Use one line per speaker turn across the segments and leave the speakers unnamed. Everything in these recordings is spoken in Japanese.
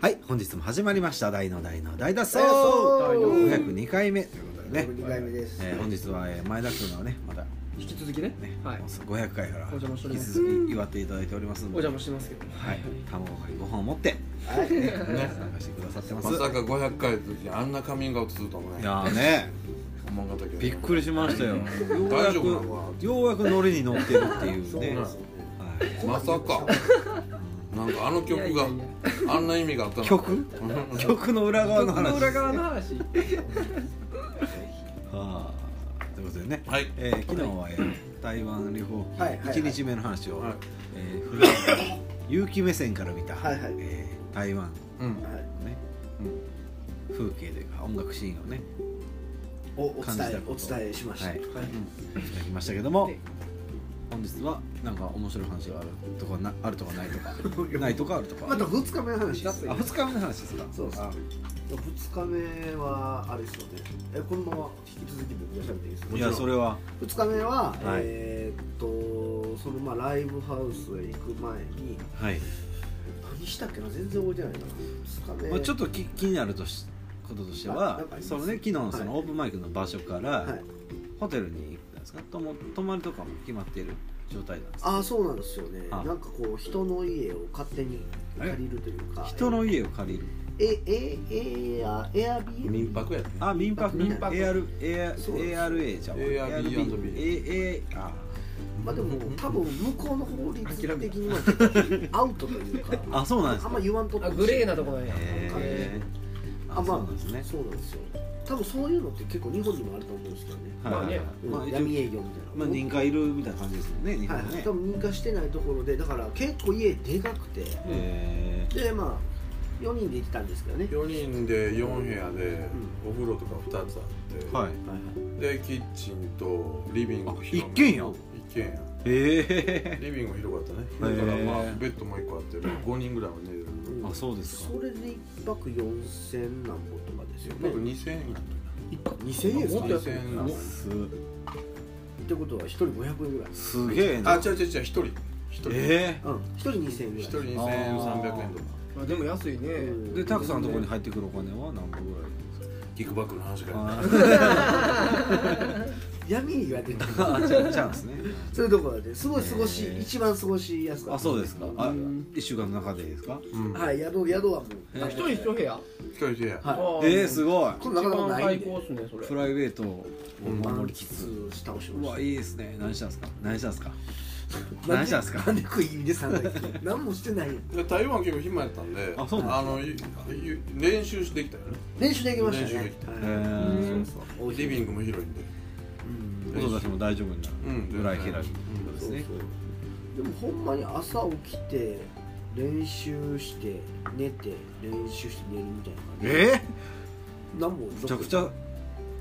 はい本日も始まりました「大の大の大脱走」
大脱走
502回目ということでね、
2回目です、
えー本日はえー前田君がねまた
引き続きね
ね、
はい
もう500回から
お邪魔してお
引
り
き
ます
続き祝っていただいております
お
ので
邪魔してますけど
はい卵が5本を持って
はい
ね参加してくださってます
まさか500回の時あんなカミングアウトするとは思わ
い
ない
やーね
思わなかったけど
びっくりしましたよようや
大丈
く
夫なのか
ようやくノリに乗ってるっていうね
そうなん
は
ですよね
い
まさかなんかあの曲
い
が
やいやい
あんな意味があったのか
曲曲の裏側の話
裏側の話
はあということでね、
はい
えー昨日は、えー台湾旅行記
はいはいはい
1日目の話を、
はい
えー古川さんの有機目線から見た、
はいはい
えー台湾
うん
はい
のね、風景というか音楽シーンをね
おお伝
感じた
え
こ
お
と
伝えしました、
はい
はい
いただきましたけども
で
本日はなんか面白い話があるとかなあるとかないと か ないとかあるとか
また2日目の話です
あ2日目の話ですか
そうです
あ
2日目はあれですよねえこのまま引き続き僕が喋っていいですか
いやそれは
2日目は、
はい
えーっとそのまあライブハウスへ行く前に
はい、
何したっけな全然覚えてないな2日目、
まあ、ちょっとき気になるとしこととして
あ
は
なんかあります
そのね昨日の
はい
そのオープンマイクの場所から、
はい、
ホテルに行ったんですかとも泊まりとかも決まっている状態なんですか
ああそうなんですよね
あ
なんかこう人の家を勝手に借りるというか
人の家を借りる
えええエアエアビー
民泊やね
あ民泊
民泊
AR AR
そうです
ARA じゃん
ARB
ARB あ
まあでも多分向こうの法律的には結構アウトというか
あそうなんです
あ
か
んま言わんとって
あ
ほしい
グレーなとこなんや
へーあ
あまあ
そうなんですね
そうなんですよ多分そういうのって結構日本にもあると思うんですけどね、
はいはいはい
うん
まあ
闇
一
営業みたいな
応、まあ認可いるみたいな感じですもんね日
は
本
いはい、
ね
多分認可してないところでだから結構家でかくて
へ
でまあ4人で行ったんですけどね、
4人で4部屋でお風呂とか2つ
ー
あ
は
っ
い
てでキッチンとリビング
あ
広
一
め
軒家
一軒家
え
リビング広かった
へ
ね
ー
だからまあベッドも1個あって5人ぐらいは寝れる
うん
あそうですか
それで1泊4000何本とかですよ
なんか
ね
2000円
1泊2000円ですか
もっと安い
っ
ー
も
す
てことは1人500円ぐらい
すげえ
あ
な
違う違う違う1人1人1
え
うん1人2000円ぐらい
人2300円とか
まあでも安いね
ーでタクさんのところに入ってくるお金は何本ぐらいなんです
キックバックの話から
か
闇に言われてる
あーチャンチャンスね
そういうところですごい過ごし、
へー
一番過ごしやすかった
あそうですかあ
うん
一週間の中でですか
うん
はい宿宿はもう
へー
あ一人一部屋
一人で
はい
あ
えー、すごい
これなか
一
なか
番
ないん
最
で
高っすねそれ
プライベートを守りつつ、
満喫し倒し
う
ま
わ
し
いいですね何したんですか何したんですか
た
何したんです
な
か
んで食い気味で3回言って何もしてないよ
で台湾結構暇やったんで
あそうなん
のゆゆ練習してきたよね
練習できましたね
練習できた
え
は
ー
うん
そうそうリビングも広いんで
いうん
音出しも大丈夫になる、
うん
ぐらい開きってことで
そ
す
う
ね
そうでもほんまに朝起きて練習して寝て練習して寝るみたいな感じ
え
何も
ー、めちゃくちゃ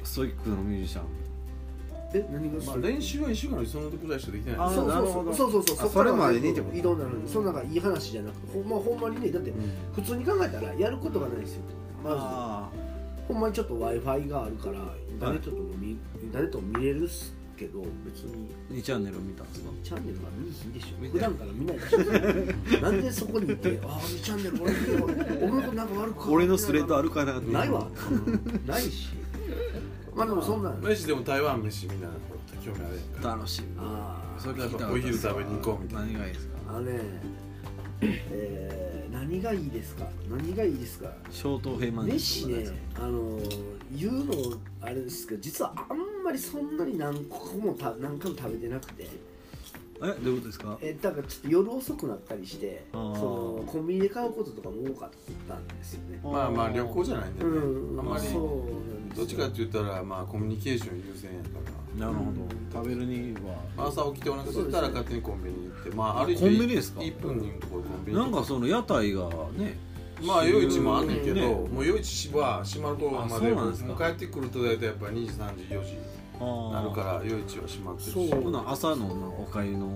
ストイックのミュージシャン
え何が
まあ
それ
練習は1週間のうちそのぐらいしかできてない
あ
そうそう
なるほど
そうそうそ
あ
ううから
それまでにってこと
移動になるんでそんなんかいい話じゃなくてほ,、まあ、ほんまにねだって普通に考えたらやることがないですよま
あ
ずほんまにちょっと w i f i があるから誰とでも見、誰とも見れるっすけど別に
あ2チャンネルを見たんですか
チャンネルは見にいいでし
見
ょ
て
普段から見ないでしょなんでそこにい てああ2チャンネル俺見てよ俺のことなんか悪く
俺のスレッドあ
る
るかなって
ないわないしまあでもそんな ん
飯でも台湾飯みたいなの興味あるやんか
楽しみ
ああ
それ聞きたかった
お昼食べに行こうみたいな
何がいいですか
あのね、えー、何がいいですか何がいいですか
小東平満
メッシね、あのー、言うのあれですけど実はあんまりそんなに何個もた何回も食べてなくて
えどういうことですか
えだからちょっと夜遅くなったりして
あ
そ
ー
のコンビニで買うこととかも多かったんですよね
まあまあ旅行じゃないんで
う
ね
ん
あんまり
そうなんです
ど
よ
っちかって言ったらまあコミュニケーション優先やから
なるほど食べるには
朝起きてお腹空いたら勝手にコンビニ行ってまあ歩いて
コンビニですか
1分のところコンビニ
なんかその屋台がね
まあ夜市もあんねんけど、
ね
もう夜市は閉まるところまで
あそうなんですか
もう帰ってくると大体やっぱ2時3時4時
あー
になるから夜市は閉まってるし
そう
ほな朝のおかゆの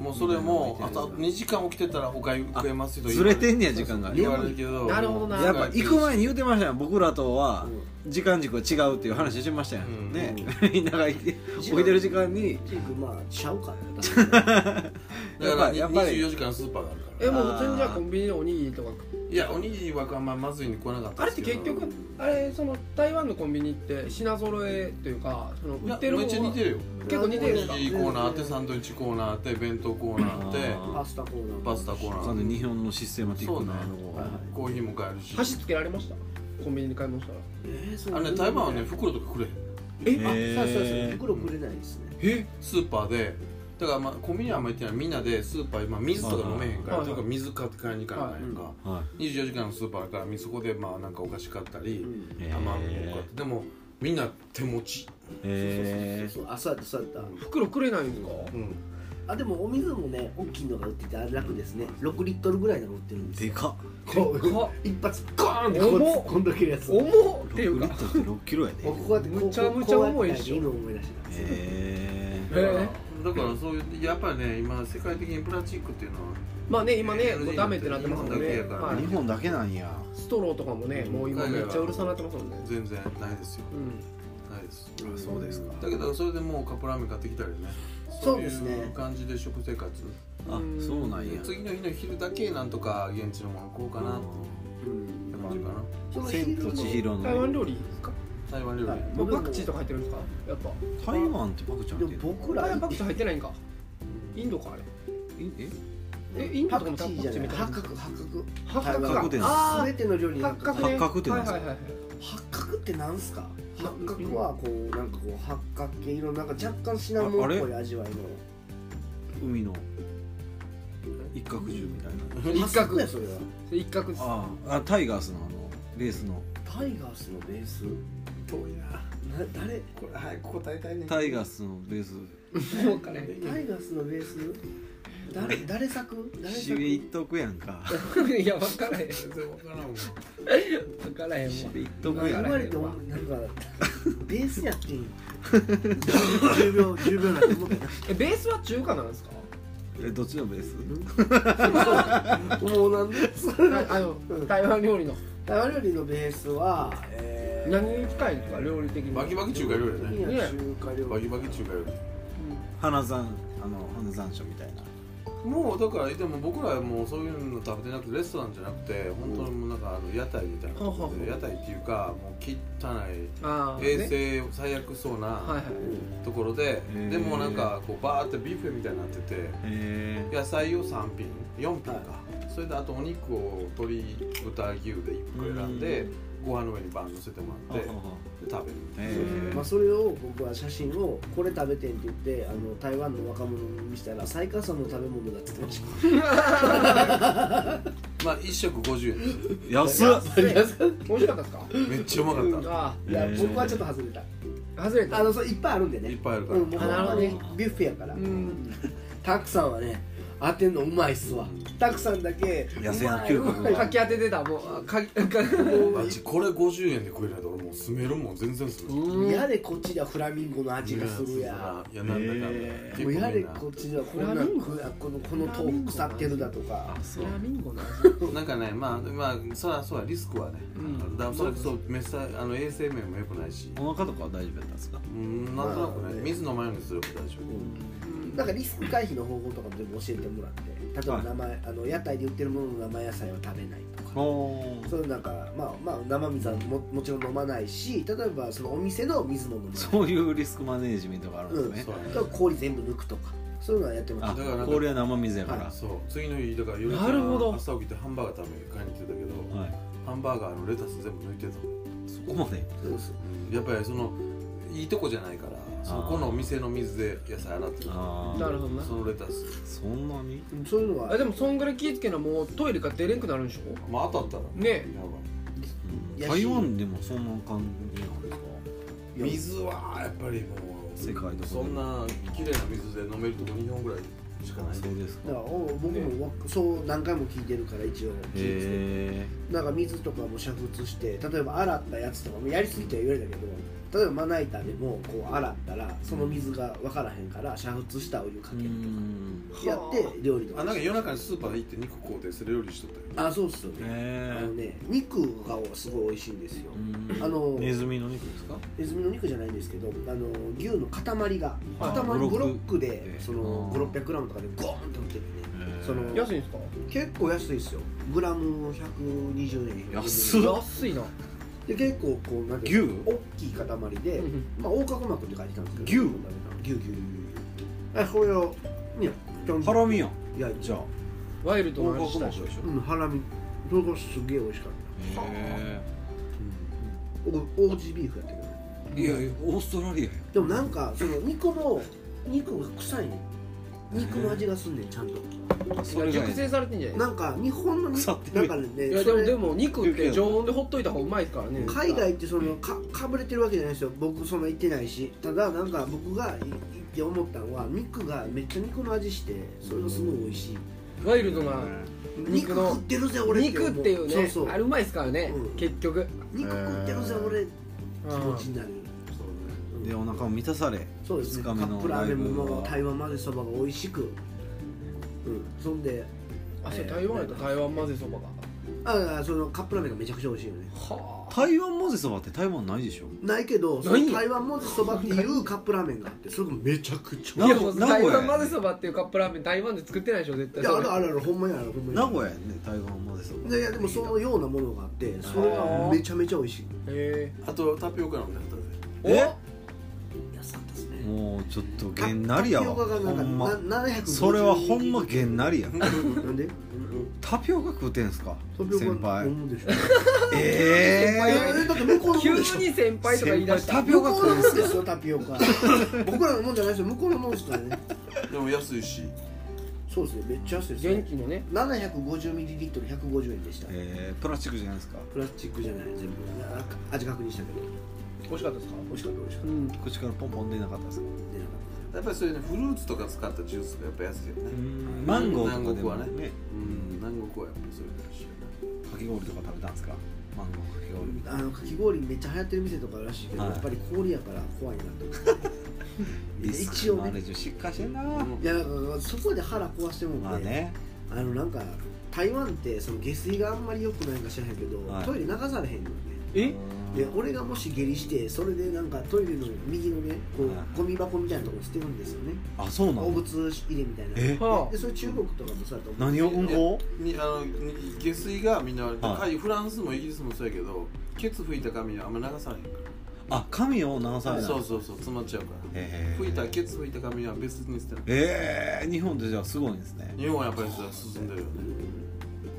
もうそれも朝2時間起きてたら他食えますよと
ずれてんねや時間が
言われるけど
なるほどな
やっぱ行く前に言うてましたよ僕らとは
うん
時間軸が違うっていう話してましたよ
うん
ねみんながいて置いてる時間に
結局まあちゃうから
だだからに
やっぱり
24時間スーパーがあるから
えもう普通にじゃあコンビニでおにぎりとか
いやおにぎりはあんままずいに食わなかった
あ
ん
れ
で
っ
す
て
けど
結局あれその台湾のコンビニって品揃えというかその
い
売
や
ってる
めっちゃ似てるよ
結構似てるんです
お
か
にぎりコーナーあってサンドイッチコーナーあって弁当コーナーあって
パスタコーナー
パスタコーナーあ
完
って
全に日本のシステマティックなあの
はいはい
コーヒーも買えるし
箸つけられましたコンビニに買い物したら
えー、そう
あれね台湾はね袋とかくれへん
え
え
あそうそうそう袋くれないですね
えスーパーでだからまあコンビニはあんま行ってないみんなでスーパー今水とか飲めへんから
はい
とにかく水買って買いに行かないやんか
はい
24時間のスーパーだから水そこでまあなんかお菓子買った
う
り
ん
え
卵買ってでもみんな手持ち
え
そうそうそうそうあそうやったそうやっ
袋くれないんですか
うん
たあでもお水もね大きいのが売っててあれ楽ですね6リットルぐらいのが売ってるんです
で
よ
かっ
こう
でかっ
一発ゴーンってこう突っ込んどけるやつ
重っってい
6
う
リ
か
ットルって6キロやで
こうやってこう
むちゃむちゃ重いっし
こ
ょ
うやって今思い出したんですよ
え
だから
え
だからそういうやっぱりね今世界的にプラスチックっていうのは
まあね今ねもうダメってなってますもんね、
日本だけやから
ー
は
ね
日
い、
本だけなんや
ストローとかもねもう今めっちゃうるさなってますもんね
全然ないですよ
うん
ないです
あそうですか
だけどそれでもうカップラーメン買ってきたりね
そうですね
そういう感じで食生活
あそうなんや
次の日の昼だけなんとか現地のもの食おうかなって
うん
感じかな
その
千と千尋の
台湾料理ですか
台湾料理
はい
もうパクチーとか入ってるんですかやっぱ
台湾ってパクちゃん
で
っ
も
ていうの
僕
台
ら
湾パクチー入ってないんかインドかあれ
え
えインド
パ
と
ク
かも
チーじゃない
パ
八
クチーみたい
角八角
八角
八角
か
点
あ
全ての料理
ー
に
八角ね
八角点
はい
です
はいはいはい
八角ってなんすか
な
八角はこうなんかこう八角形色のなんか若干シナモンっぽい味わいの
海の一角獣みたいな
八
一角
角やそれは
それ一角です
ああタイガースのあのベースの
タイガースのベース
遠いな
な誰
これ早く答えたいね
タイガースのベース
もうかね
タイガースのベース誰誰作誰
知
作
りとくやんか
いや分からへん
全然分からんわ
分から へん
知
わ
りとく
言
やん
われて思うなんか ベースやってん10秒10秒なんて思ってな
えベースは中華なんです か
えどっちのベース
もうなんで
ああの台湾料理の
台湾料理のベースは、えー、
何に近いんですか料理的に
バキバキ中華料理やね
には中華料
バ
理
キバキ中華料
花山あの花山椒みたいな
理もうだからでも僕らはもうそういうの食べてなくてレストランじゃなくて本当にもうなんかあの屋台みたいな
ほうほう
感
ほ
じで
う
屋台っていうかもう汚
ああ
い衛生最悪そう
はい
な
はい
ところ
へ
で
ー
でもなんかこうバーってビュッフェみたいになってて
え
野菜を3品4品か、それであとお肉を鶏豚牛で1個選んで、ご飯の上にバン乗せてもらってで食べる
え
まあ、それを僕は写真をこれ食べてんって言ってあの台湾の若者に見せたら最下層の食べ物だって言ってまし
まあ1食50
安っ
え美味しかったですか
円めっちゃうまかった
あ
たいや
えー
僕はちょっと外れた
あ外れた
あのそういっぱいあるんでね
いっぱいあるか
う
ら、
ん、もうほんま
あなる
に
ほ
ビュッフェやから、
うん
たくさんはね当てんのうまいっすわたくさんだけ
野生の嗅
うまいう
覚
まい
が
かき当ててたもうあかか
マジこれ50円で食えないと俺もうスメるもん全然する、
うん
やれこっちではフラミンゴの味がするや
いやなんだかんだ、
へー
結
もう
構みんな
やれこっちではこん
フ
な
ラミン
ここのこの豆腐腐ってるだとか
あそ
フ
う
ラミンゴの味
なんかねまあまあそらそらリスクはね、
うん
だからそれこそメスあの衛生面も良くないし
お腹とかは大丈夫やったんですか
うんなんとなくね、
まあね
水飲まないようにすれば大丈夫、
なんかリスク回避の方法とかも全部教えてもらって例えば名前、あの屋台で売ってるものの生野菜は食べないとか
お
そういうなんかまあまあ生水はももちろん飲まないし例えばそのお店の水も飲まない
そういうリスクマネージメントがあるんですね、
そうやね
と氷全部抜くとかそういうのはやってま
あ
す
だからなんか
氷は生水やから、
そう次の日だから夜
なるほど
朝起きてハンバーガー食べに買いに行ってたけど、
はい、
ハンバーガーのレタス全部抜いてた、
そこまで
そうです
やっぱりそのいいとこじゃないからそこのお店の水で野菜洗ってる
ああ
なるほどな
そのレタス
そんなに
うんそういうの
え
は
でもそんぐらい気ぃつけなもうトイレから出れんくなるんでしょ
まあ当たったら
ね
やば
うん
やし
台湾でもそんな感じなんですか
い水はやっぱりもう
世界どこでも
そんな綺麗な水で飲めるとこ2本ぐらいしかない
そうです
だ
か
からお僕
ね
もわそう何回も聞いてるから一応聞いて
へ
なんか水とかも煮沸して例えば洗ったやつとかもやりすぎては言われたけど例えばまな板でもこう洗ったらその水が分からへんから煮沸したお湯かける
ん
とかやって料理とか
あなんか夜中にスーパー行って肉買うてそれ料理しとったよね
あそうっすよねあ
へ
のね肉がすごい美味しいんですよ
え
あの
ネズミの肉ですか
ネズミの肉じゃないんですけどあの牛の塊が
あブ
塊ブ
ロック
ロックでその
あー
5600グラムとかでゴーンって売っててねその
安いんですか
結構安いですよグラム120円
安っ
安いな
で結構こうなんて
牛
いうの大きい塊で、まあ、横隔膜って書いてたんですけど
牛
牛牛牛牛えこれをね
ハラミやん
焼いて
じゃあ
ワイルドな
合
味し
格
た
も
い
でしょ
うんハラミそれがすげえ美味しかっ
へ
たおオージービーフやったけどね
えいやいやオーストラリアや
でもなんかその肉も肉が臭いね肉の味がすんねんちゃんと
それが
熟成されてんじゃない
なんか日本の肉
腐ってる
なんか
い
ね
や
そ
でも
れ
でも肉って常温でほっといた方がうまいですからね
海外ってそのかかぶれてるわけじゃないですよ僕そんな行ってないしただなんか僕がい行って思ったのは肉がめっちゃ肉の味してそれがすごい美味しい
ワイルドな
肉
肉の
食ってるぜ俺
肉っていうね
そうそう
あれうまいですからね、
うん
結局、
肉食ってるぜ俺って気持ちになる、
そうね
うん
でお腹を満たされ
そうですねカ
二日目の
ップラーメン
ライブは
も台湾まぜそばが美味しく、うん、そんで
あそれ台湾やったら台湾混ぜそばが
ああそのカップラーメンがめちゃくちゃ美味しいよね
は
台湾混ぜそばって台湾ないでしょ
ないけどそ
ない
の台湾もぜそばっていうカップラーメンがあってそれがめちゃくちゃ
あい
名
や
古
もう
名古
台
屋
湾混ぜそばっていうカップラーメン台湾で作ってないでしょ絶
い
対
やある
そ
あるあるほんまにあるほんまにあ
名
る
古屋やね台湾混ぜそば
でいやでもそのようなものがあってそれがめちゃめちゃ美味しい
れへ
あとタピオカ飲んではったぜ
え
やさったですね
もうちょっとげんなりやわ
タピオカが
ほんま
なんかな750
それはほんまげんなりや
なんで
タピオカ食うてんすか
タピオカ
先
飲
輩
むでしょ
え
え
え
ーだって向こうの
急
もんでしょ
に先輩とか言い出した
先輩タピ
向
オカ
こうのもんですよタピオ カ僕らのもんじゃないですよ向こうのもんですからね
でも安いし
そうですねめっちゃ安いです
元
ね
気のね
750ml150 円でした
えープラスチックじゃないですか
プラスチックじゃない全部なんか味確認したけど
美味しかったですか
美味しかった美味しかっ
うん
口からポンポン出なかったですか
た出なかった
やっぱりそういうねフルーツとか使ったジュースがやっぱ安いよね
マンゴーとかでも
南国はね
ね
うん南国はやっぱりそういうのらしいよね
かき氷とか食べたんですかマンゴーかき氷みたい
あのかき氷めっちゃ流行ってる店とかあるらしいけど、
はい
やっぱり氷やから怖いなと思って
な
一応
あれ
ね
以上しっかりしてんな
うん
いやなんかそこで腹壊してもんで、
まあね
あのなんか台湾ってその下水があんまり良くないんか知らへんけど、
はい
トイレ流されへんのよね
え
で俺がもし下痢してそれでなんかトイレの右のねこう、
はい
ゴミ箱みたいなところに捨てるんですよね
あそうな
汚
の
物入れみたいな
え
は
でそれ中国とかもそうやと思う
何をうんこ
にあのに下水がみんな、
は
フランスもイギリスもそうやけどケツ拭いた髪はあんま流さないから
あ髪を流さない
そううそうそう詰まっちゃうから
え
拭いたケツ拭いた髪は別に捨てない
えー、日本ってじゃあすごいんですね
日本はやっぱりさ進んでるよね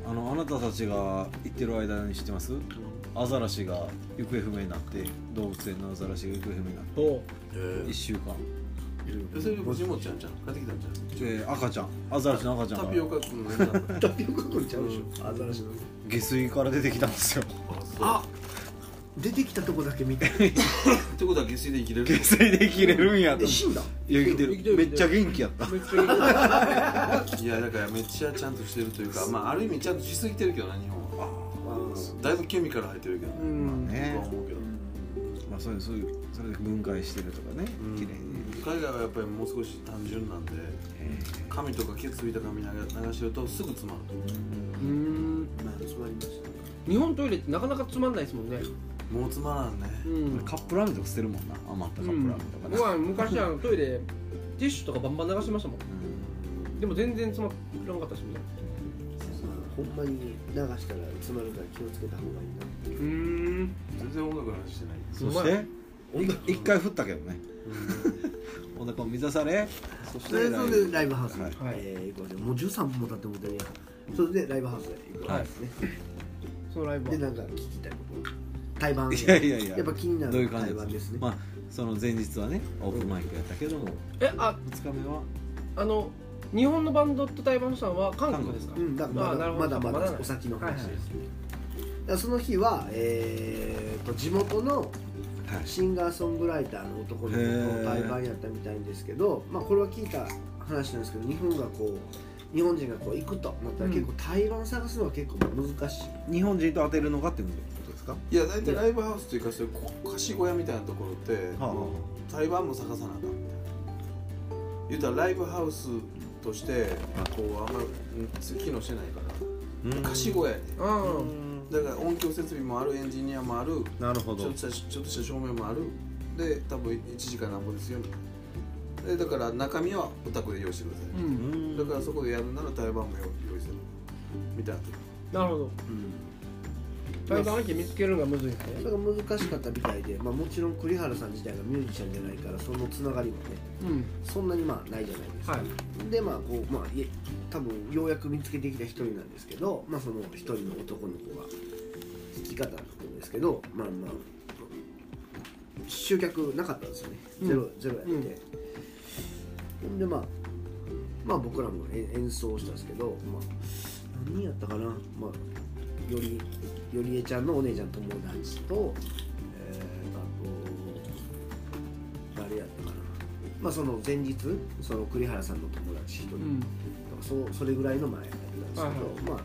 あのあなたたちが行ってる間に知ってますアザラシが行方不明になって動物園のアザラシが行方不明になっ
おう
え
て1週間
えそれでもじもちゃんちゃん帰ってきたんじゃ
で赤ちゃんアザラシの赤ちゃ
んタ
ん
ピオ
が
カ君のね
タピオカくんちゃうでしょアザラシの
下水から出てきたんですよ
あ
あ
出てきたとこだけ見て
ってことは下水で生きれる
下水で生きれるんやと思
で
って
死んだ
いや生きてる
生きてる
めっちゃ元気やった
めっちゃいいない
やだからめっちゃちゃんとしてるというかまあある意味ちゃんとしすぎてるけどな日本はだいぶケミカル入ってるけど
う
ね
ん
ね
僕は思うけど
まあそういうそういうそれで分解してるとかね
うん
綺麗に
海外はやっぱりもう少し単純なんで
え
髪とかケツ拭いた髪流してるとすぐ詰まる
うん
まあ詰まりましたね
日本トイレってなかなかつまんないですもんね
もう詰まらんね
うん
ーカップラーメンとか捨てるもんな余ったカップラーメンとかね
僕は昔あのトイレティッシュとかバンバン流してましたもんでも全然つまらんかったしね
まあほんまに流したら詰まるから気をつけた方がいいな
うん
全然音楽の話してない
そし
う
てい一回振ったけどねお腹を満たされそし
それ
て
で
ラ
そ
イ
れ
ブ
でライブハウスに、
はい
はい
えー行こうぜもう13分も経ってもうてるやんそれでライブハウスへ行くわけですね、
そのライブ
で
は
なんか聞きたいこと台湾
いやいやいや
やっぱ気にな
どうい
る
う感
台
じ
湾
で
ですす
か
ね
まあその前日はねオープンマイクやったけども
えあ
2日目は
あの日本のバンドと台湾のさんは韓国ですか
うん、だからま
あな
だ
るほ
ま
ど
だまだ
まだ
お先の
はい
話
はい
ですね、だからその日は、えー、と地元の
はい
シンガーソングライターの男の
へ
子
ー
と対バンやったみたいんですけど、まあ、これは聞いた話なんですけど日本がこう日本人がこう行くとなったら
うん
結構台湾探すのは結構難しい、
日本人と当てるのかっていうことです
か
いや大体ライブハウスというかそういうこ貸し小屋みたいなところって
はあは
台湾も探さなあかんみたいな言うたらライブハウスとしてこうあんまうん機能してないから
あ
貸し小屋やね
う
うん
ん
だから音響設備もあるエンジニアもある
なるほ
ちょ
ど
っとしたちょっとした照明もあるで多分1時間なんぼですよみたいなでだから中身はお宅で用意してください、
うん
だからそこでやるなら台湾も用意するみたいな
なるほど台湾相手見つけるのがむずいんです
それ
ね
が難しかったみたいで、まあ、もちろん栗原さん自体がミュージシャンじゃないからそのつながりもね
うん
そんなにまあないじゃないですか、
はい
でまあこうまあいえ多分ようやく見つけてきた一人なんですけど、まあ、その一人の男の子が弾き方なんですけどまあまあ集客なかったんですよねゼロ,、ゼロやってて、ほんでまあまあ僕らも演演奏したんですけど、まあ、何人やったかな、まあ、よりよりえちゃんのお姉ちゃん友達と、えー、あと誰やったかなまあその前日その栗原さんの友達一人と
う
か、
ん
そうそれぐらいの前だったんですけど、まあ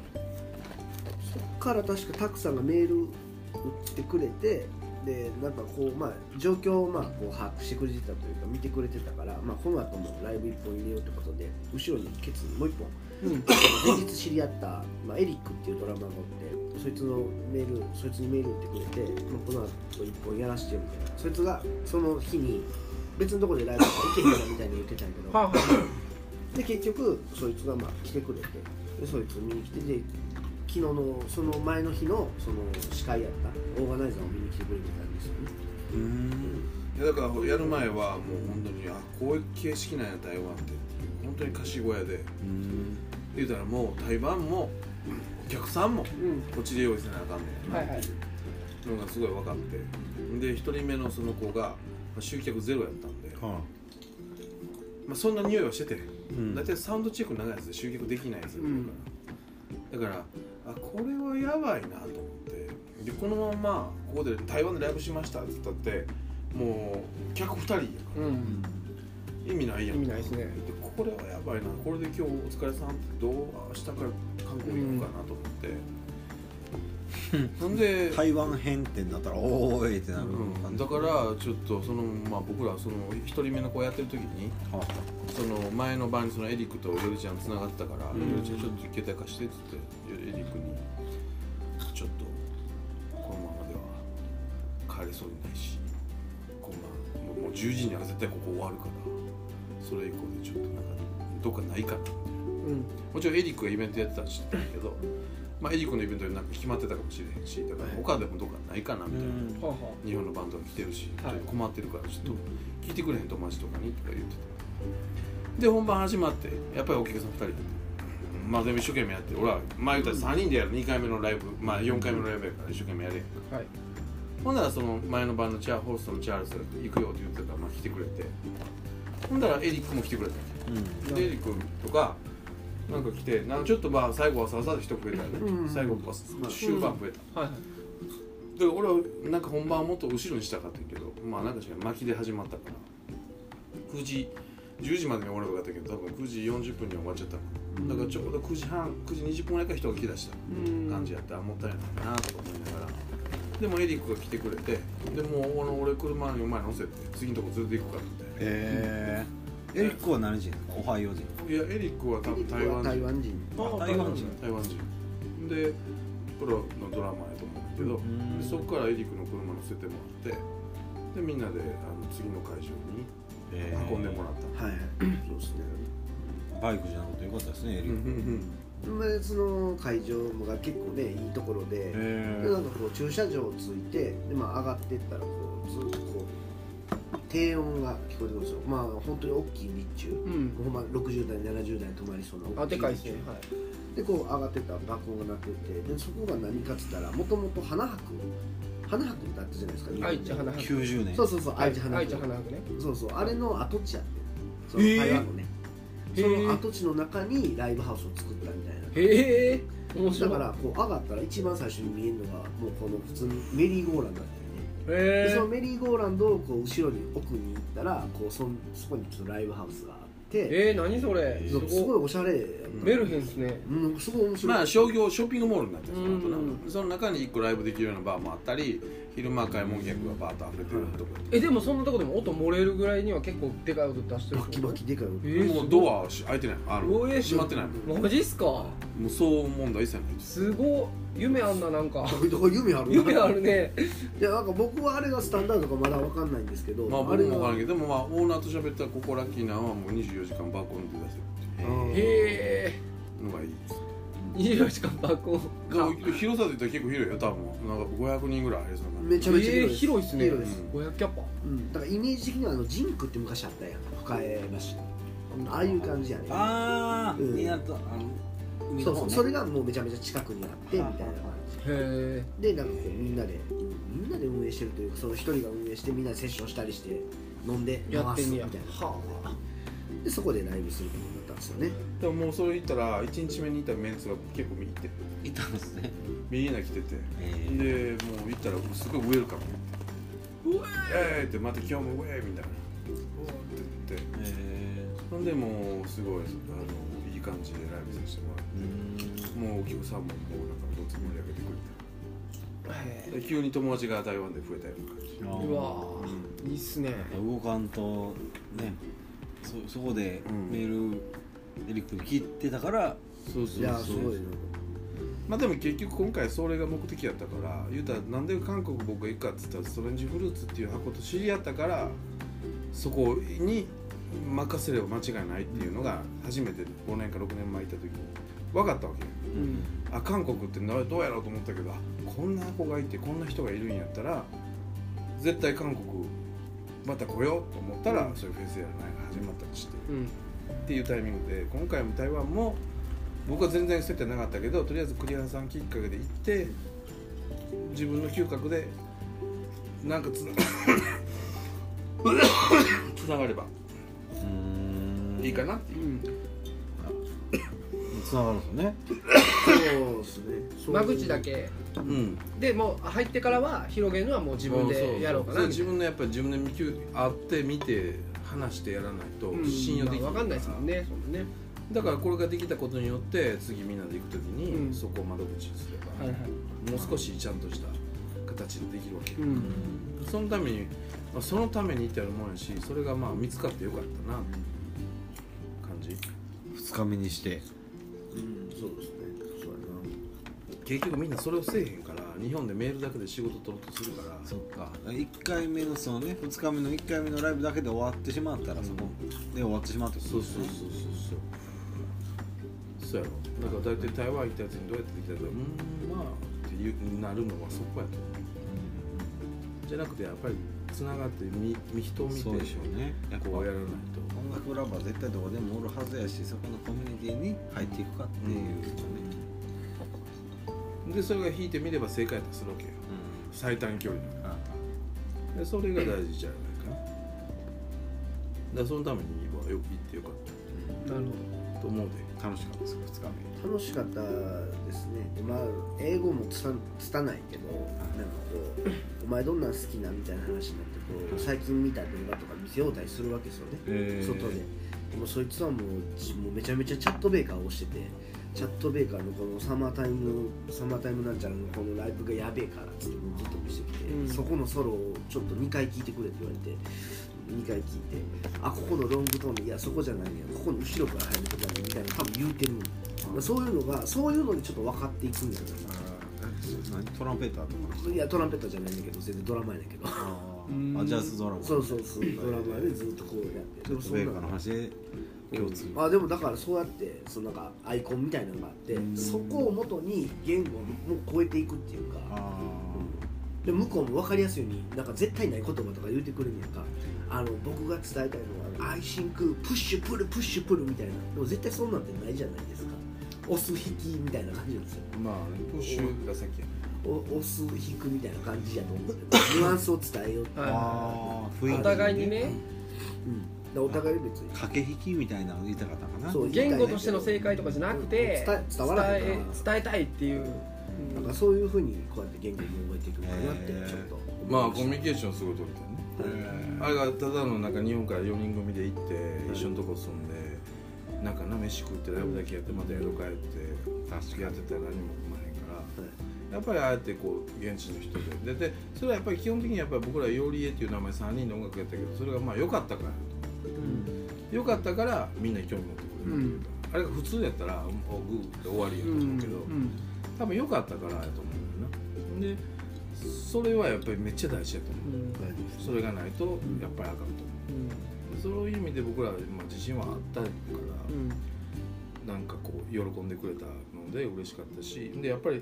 そっから確かたくさんがメール打ってくれてでなんかこうまあ状況をまあこう把握してくれてたというか見てくれてたから、まあ、この後もライブ1本入れようってことで後ろにケツにもう1本
うん
前日知り合った、まあ、エリックっていうドラマーがおってそいつのメールそいつにメール打ってくれて、まあ、この後一本やらしてよみたいなそいつがその日に別のとこでライブ行けへんからみたいに言ってたんやけど
はあは
で結局そいつがまあ来てくれてでそいつ見に来てで昨日のその前の日のその司会やったオーガナイザーを見に来てくれてたんですよね
うん
いやだからやる前はもう本当にあこういう形式なんや台湾って本当に貸し小屋で
うん
言うたらもう台湾もお客さんも
うん
こっちで用意せなあかんねん
はいはい
のがすごい分かってで1人目のその子がまあ集客ゼロやったんで、
はあ
まあ、そんな匂いはしてて
うん
大体サウンドチェック長いやつで集客できないやつ
うん
だから、だからあこれはやばいなと思ってでこのままここで台湾でライブしましたって言ったってもう客2人やか
うん
ら意味ない
意
やん
味ないですね
でこれはやばいなこれで今日お疲れさんってどう明日から韓国行こうかなと思って、なんで、
台湾編ってなったらおーいってなる
うん、だからちょっとその、まあ、僕らその1人目の子やってる時に
らは
その前の晩にそのエリックとヨルちゃんつながってたから、
ん
ヨルちゃんちょっと携帯貸してっつってエリックに「ちょっとこのままでは帰れそうにないしこんなもうもう10時には絶対ここ終わるからそれ以降でちょっとなんかどっかないかな」
うん
もちろんエリックがイベントやってたら知ってるけど、まあ、エリックのイベントでなんか決まってたかもしれへんしだから他でもどっかないかなみたいな。
はあは
日本のバンドが来てるし、
はい
ちょっと困ってるからちょっと聞いてくれへん友達とかにとか言ってたで本番始まってやっぱりお客さん2人だったまあでも一生懸命やって俺はまあ言ったら3人でやる2回目のライブまあ4回目のライブやから一生懸命やれへん
あはい
ほんならその前の晩のチャーホーストのチャールスが行くよって言ってたからまあ来てくれてほんだらエリックも来てくれた
うん
でエリ君とかなんか来てなんかちょっとまあ最後はさらさら人増えたよね、
うん
最後は終盤増えた、
はいはい
で俺はなんか本番はもっと後ろにしたかったけどまあなんかしか巻きで始まったから9時10時までに終わればよかったけど多分9時40分には終わっちゃったからだからちょうど9時半9時20分ぐらいから人が来だした
うん
感じやったらもったいないなとか思いながらでもエリックが来てくれてでもうあの俺車にお前乗せて次のとこ連れて行くからみたいな
えー、エリックは何人ですかオハイオ人
いやエリックは多分台湾人
台湾人
あ
台湾人
台湾人でプロのドラマーやと思うけど、
うん
でそこからエリックの車乗せてもらってでみんなであの次の会場に
え
運んでもらった、
はい
そうですね
バイクじゃなくてよかったですねエリ
うんう
ッ
ん
ク
でその会場が結構ねいいところで、
え
でなんかこう駐車場をついてで、まあ、上がっていったらこうずっとこう低音が聞こえてくるんですよまあ本当に大きい日中、
うん
ほんま60代70代に止まりそうな大
あ
き
で
い
かいで
日中
すねはい
でこう上がってったら爆音が鳴っててでそこが何かっつったらもともと花博花博ってあったじゃないですか日本で
愛知花博
90年
そうそうそう愛知花
愛
博
知花博ね
そうそうあれの跡地やってそ
へ
の
え
台湾のね、
へえ
その跡地の中にライブハウスを作ったみたいな
へえ面白
だ
い
からこう上がったら一番最初に見えるのがもうこの普通にメリーゴーランドだったよね、
へ
で
え
そのメリーゴーランドをこう後ろに奥に行ったらこうそんそこにちょっとライブハウスがあって
えー、何それ
え
す
すご
ご
い
い
おしゃれ、
メルヘンですね
うん、すごい面白い、
まあ商業ショッピングモールになってるんですよ
うん
その中に1個ライブできるようなバーもあったり昼間買い物客がバーッと溢れてるとこ
えでもそんなとこでも音漏れるぐらいには結構でかい音出してる
バキバキでかいの
えー、
もうドアし開いてないあ
う
の
えー
閉まってないも
アマジっすか
う騒音問題一切ないです
すごい夢あんななんか
どこ夢あるな
夢あるね
いやなんか僕はあれがスタンダードかまだわかんないんですけど、
まあ
あ
僕
れ
も分
が
からんけどでもまあオーナーと喋ったらここラッキーなはもう24時間バーコンで出せるってい
うん
へえ
うのがいいです
24時間爆音
でも広さで言ったら結構広いよ多分なんか500人ぐらいありそうな
めちゃめちゃ
えー
広い
広いっすね
広いです、
500キャパ
うん、だからイメージ的にはあのジンクって昔あったやん深江橋ああいう感じやね
ああ、
うん
になったあの
そうそうそれ
が
がもうめちゃめちゃ近くにあってみたいな感じ
へ
でなんかこうみんなでみんなで運営してるというかその一人が運営してみんなでセッションしたりして飲んで回
やって
す
んね
み
や
たいなでそこでライブすることになったんですよね
でももうそれ行ったら1日目に行ったメンツが結構見て
いたんですね
みんな来てて
えー
でもう行ったらすごいウェルカム
ウェ
イエーイってまた今日もウェーイみたいなおーって言って
え
ほんでもうすごいあのいい感じでライブさせても
ー
ら
うー
ってもうお客さんももうなんかどっち盛り上げてく
え
れてで急に友達が台湾で増えたような感じ
んあー
うわーいいっすね
動かんとねそそこで
うん
メールエリックに聞いてたから、
そうそう
いやーすごいな
まあでも結局今回それが目的やったから言うたらなんで韓国僕が行くかっつったらストレンジフルーツっていう箱と知り合ったからそこに任せれば間違いないっていうのが初めて5年か6年前行った時に分かったわけよ
うん
あ韓国ってなどうやろうと思ったけどあこんな子がいてこんな人がいるんやったら絶対韓国また来ようと思ったら、そういうフェスやらないが始まったりして
うん
っていうタイミングで今回も台湾も僕は全然接点なかったけどとりあえず栗原さんきっかけで行って自分の嗅覚でなんかつな つながれば
うーん
いいかなっていううん
つながるんですよね
そうですねそう
間口だけ
うん
でもう入ってからは広げるのはもう自分でやろうか
そ
なみた
自
いな
分のやっぱり自分で見き会って見て話してやらないと
うん
信用でき
まあわかんないですもん
ね
ねそのね
だからこれができたことによって次みんなで行くとき
う
に
ん
そこを窓口にすれば、もう少しちゃんとした形でできるわけ、
う
うんん
そのために、まあ、そのためにってやるもんやしそれがまあ見つかってよかったなって感じ
2日目にして
うんそうですねそうやな
結局みんなそれをせえへんから日本でメールだけで仕事取ろうとするから
そっか1回目のそのね2日目の1回目のライブだけで終わってしまったらそこで終わってしまうってこと
そう
で
そ
す
う
ね
そうそうそうそうやろだから大体台湾行ったやつにどうやってできたかうーんまあっていうなるのはそこやと思うじゃなくてやっぱりつながってみみ人を見て
そうでしょうね
こうやらないと
音楽ラバー絶対どこでもおるはずやしそこのコミュニティに入っていくかっていうことね、
でそれが引いてみれば正解やったりするわけよ最短距離の
あ
でそれが大事じゃないかなだからそのためにはよく行ってよかっ
なるほ
たと思うで楽しかったです2日目
楽しかったですねまあ英語もつたつたないけどなんかこう「お前どんなん好きな?」みたいな話になってこう最近見た動画とか見せようたりするわけですよね、
えー
外ででもそいつはもうじもうめちゃめちゃチャットベーカーをしててチャットベーカーのこのサマータイムのサマータイムなんちゃらのこのライブがやべえからっつってもうずっと見せてきて、
うん
そこのソロをちょっと2回聴いてくれって言われて2回聴いてあここのロングトーンでいやそこじゃないねここの後ろから入るとかねみたいな多分言うてるんだまあ、そういうのがそういうのにちょっと分かっていくんだよな
何トランペッターとか
いやトランペットじゃないんだけど全然ドラマやねんけど
あ
うん
ーアジャスドラマ
そうそうそうドラマでずっとこうやって
ちょっとベーカーの
の
話で共通
あでもだからそうやってそのなんかアイコンみたいなのがあって
うん
そこを元に言語をもう超えていくっていう
あ
か
あ
で向こうも分かりやすいようになんか絶対ない言葉とか言うてくれんねやんかあの僕が伝えたいのはアイシンクプッシュプルプッシュプルみたいなでも絶対そんなんてないじゃないですか押す引きみたいな感じなんですよ
まあねプッシュが先やね
お押す引くみたいな感じやと思うんだ けどニュアンスを伝えようって、
ど、は
あー雰囲
い
気
お互いにね
うん、でお互い別に
駆け引きみたいなの言いたかったかな
そう
言語としての正解とかじゃなくて
伝え伝わらない
伝え伝えたいっていう、う
なん
ん
かそういうふうにこうやって言語も覚えていくのかなって
へー
ちょっと
まあコミュ
ミ
ニケーションすごい取れたね
えー
あれがただのなんか日本から4人組で行って一緒のとこ住んでなんかな飯食ってライブだけやってまた宿帰って
確かに
やってたら何も生まへんからやっぱりああやってこう現地の人でででそれはやっぱり基本的にやっぱり僕らヨリエっていう名前3人の音楽やったけどそれがまあ良かったから
うん
良かったからみんな興味持ってくれるっていうか、あれが普通やったら「うんおグー」で終わりやと思うけど、
うん
多分良かったからやと思うんだよなでそれはやっぱりめっちゃ大事やと思
うん
うそれがないとやっぱりあかんと思
うん
うそういう意味で僕らはまあ自信はあったから、
うん
なんかこう喜んでくれたので嬉しかったしでやっぱり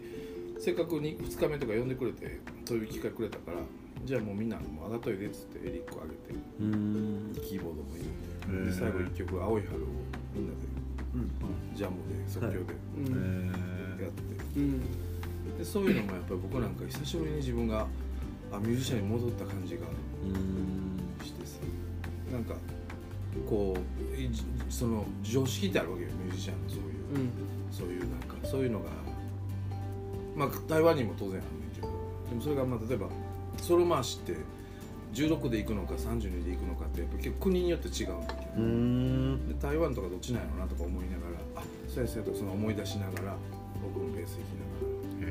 せっかく 2, 日目とか呼んでくれてそういう機会くれたからじゃあもうみんなもうあざといでっつってエリックあげて
うん
キーボードも入
へ
れて
ー
で最後1曲「青い春」をみんなでジャムで即興で
う
え
ん
やっ
う
て、
ん
でそういうのもやっぱり僕なんか久しぶりに自分があミュージシャンに戻った感じが
うん
してさなんかこういその常識ってあるわけよミュージシャンのそういう。
うん
そういうなんかそういうのがまあ台湾にも当然あるねんけどでもそれがまあ例えばソロ回しって16で行くのか32で行くのかってやっぱ結構国によって違うんだけど、
うん
で台湾とかどっちなんやろなとか思いながらあそうやそうやとその思い出しながら僕のベース弾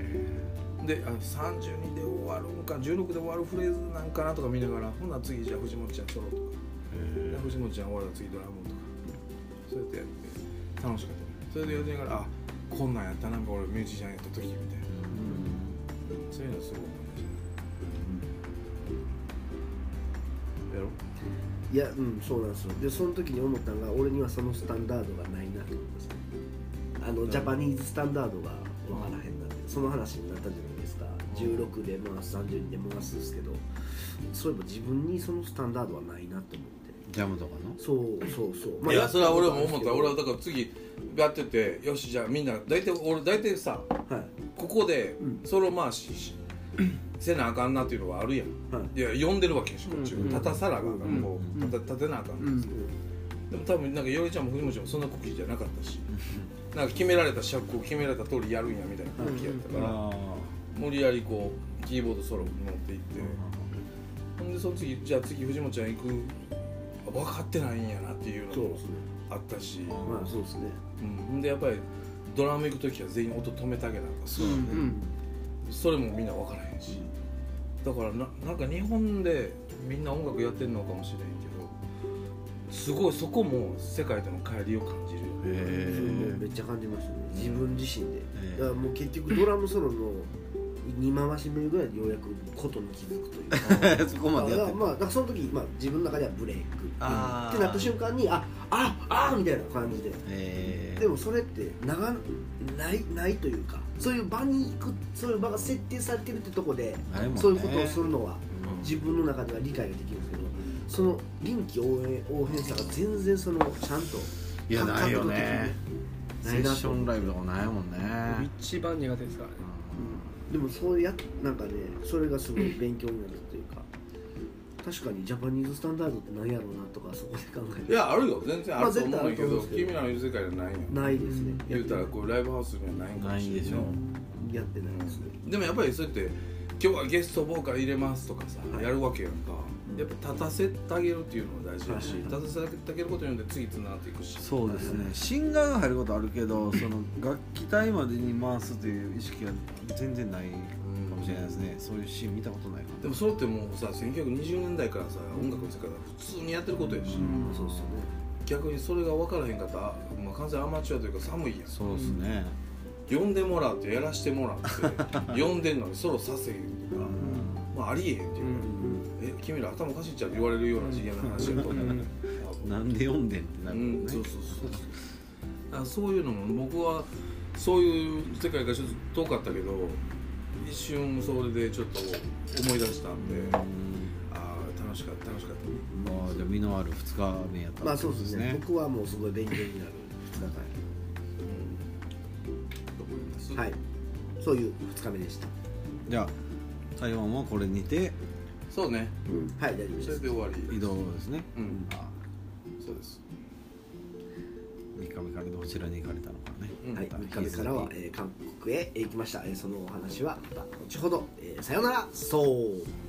きながらであ32で終わるんか16で終わるフレーズなんかなとか見ながらほな次じゃあ藤本ちゃんソロとか、で藤本ちゃん終わる次ドラムとかそうやってやって楽しかったそれでやりながらあこんなんやったななんか俺ミュージシャンやった時みたいなそういうのすごい思い出したやろ
いやうんそうなんですよでその時に思ったのが俺にはそのスタンダードがないなと思いますねあのジャパニーズスタンダードが分からへんなってその話になったじゃないですか16で回す32で回すですけどそういえば自分にそのスタンダードはないなと思って
ジャムとかの
そうそうそう、
いやそれは俺も思った俺はだから次やっててよしじゃあみんな大体俺大体さ
はい
ここで
うん
ソロ回ししせなあかんなっていうのはあるやん
はい
いや呼んでるわけやしこっちを
うん
立たさなあかんから
うん
こう
う
立
ん
た立てなあかん
う
から
ん
でも多分なんかよりちゃんも藤本ちゃんもそんな空気じゃなかったしなんか決められた尺を決められた通りやるんやみたいな空気やったから、
あ
無理やりこうキーボードソロ持っていって、ほんでその次じゃあ次藤本ちゃん行くあ分かってないんやなっていうの
そう
も
ですね
あったし、
まあそうですね
うん、ほんでやっぱりドラム行く時は全員音止めてあげなあかん
う
そ,、
ん
それもみんな分からへんしだからななんか日本でみんな音楽やってんのかもしれんけどすごいそこも世界との乖離を感じるよね
へえ
めっちゃ感じましたね自分自身で、
ええ
だからもう結局ドラムソロの2回し目ぐらいでようやくことに気づくというか
そこ まで
だ
や
か
っ
ら
て
まあだからその時、まあ、自分の中ではブレイクって
あー
なった瞬間にあああみたいな感じで
え
でもそれって長ないないというかそういう場に行くそういう場が設定されてるってとこで
ないもんね
そういうことをするのは
うん
自分の中では理解ができるんですけどその臨機応変応変さが全然そのちゃんと
いやないよねセ
ない
ッ
な
ションライブとかないもんね
うん一番苦手ですからね
でもそうやなんかねそれがすごい勉強になるというか確かにジャパニーズスタンダードって何やろうなとかそこで考え
い
て
やあるよ全然あると思う
まあ絶対あ
んやけど、
ると思うんですけど
君らのいる世界じゃないやん
ないですね
言うたらこうライブハウスにはないんかも
な
し
い
れ
でしょ
やってないですね
でもやっぱりそうやって今日はゲストボーカル入れますとかさ
はい
やるわけやんか
うん
やっぱ立たせてあげるっていうのが大事だし
はいはい
立たせてあげることによって次つながっていくし
そうですねシンガーが入ることあるけどその楽器隊までに回すという意識は全然ないかもしれないですねそういうシーン見たことないか
でもそれってもうさ1920年代からさ音楽の世界が普通にやってることやし
うん
そうですよね
逆にそれが分からへんかったら、まあ、完全アマチュアというか寒いやん
そうですね
呼んでもらってやらしてもらって呼んでんのにソロさせへんとか、まあ、ありえへんってい
ん
ううか、え君ら頭おかしいんちゃうって言われるような次元の話やと思う、
うん
なんで読んでんってな
う
るもん
ん、
ね
そうそうそうだからそういうのも僕はそういう世界がちょっと遠かったけど一瞬それでちょっと思い出したんで
うん
ああ楽しかった楽しかった
まあじゃあ実のある2日目やった
まあ
って
そ
こ
う
と
ですね僕はもうすごい勉強になる
と思いま
2
す
日間はいそういう2日目でした
じゃあ台湾はこれにて
そうね
はい大丈夫で
それ
す
で終わり
移動ですね
うん
あ
そうです
三日目からどちらに行かれたのかね
うん
はい、3日目からは、えー韓国へ行きました、えーそのお話はまた後ほど、えーさようならそう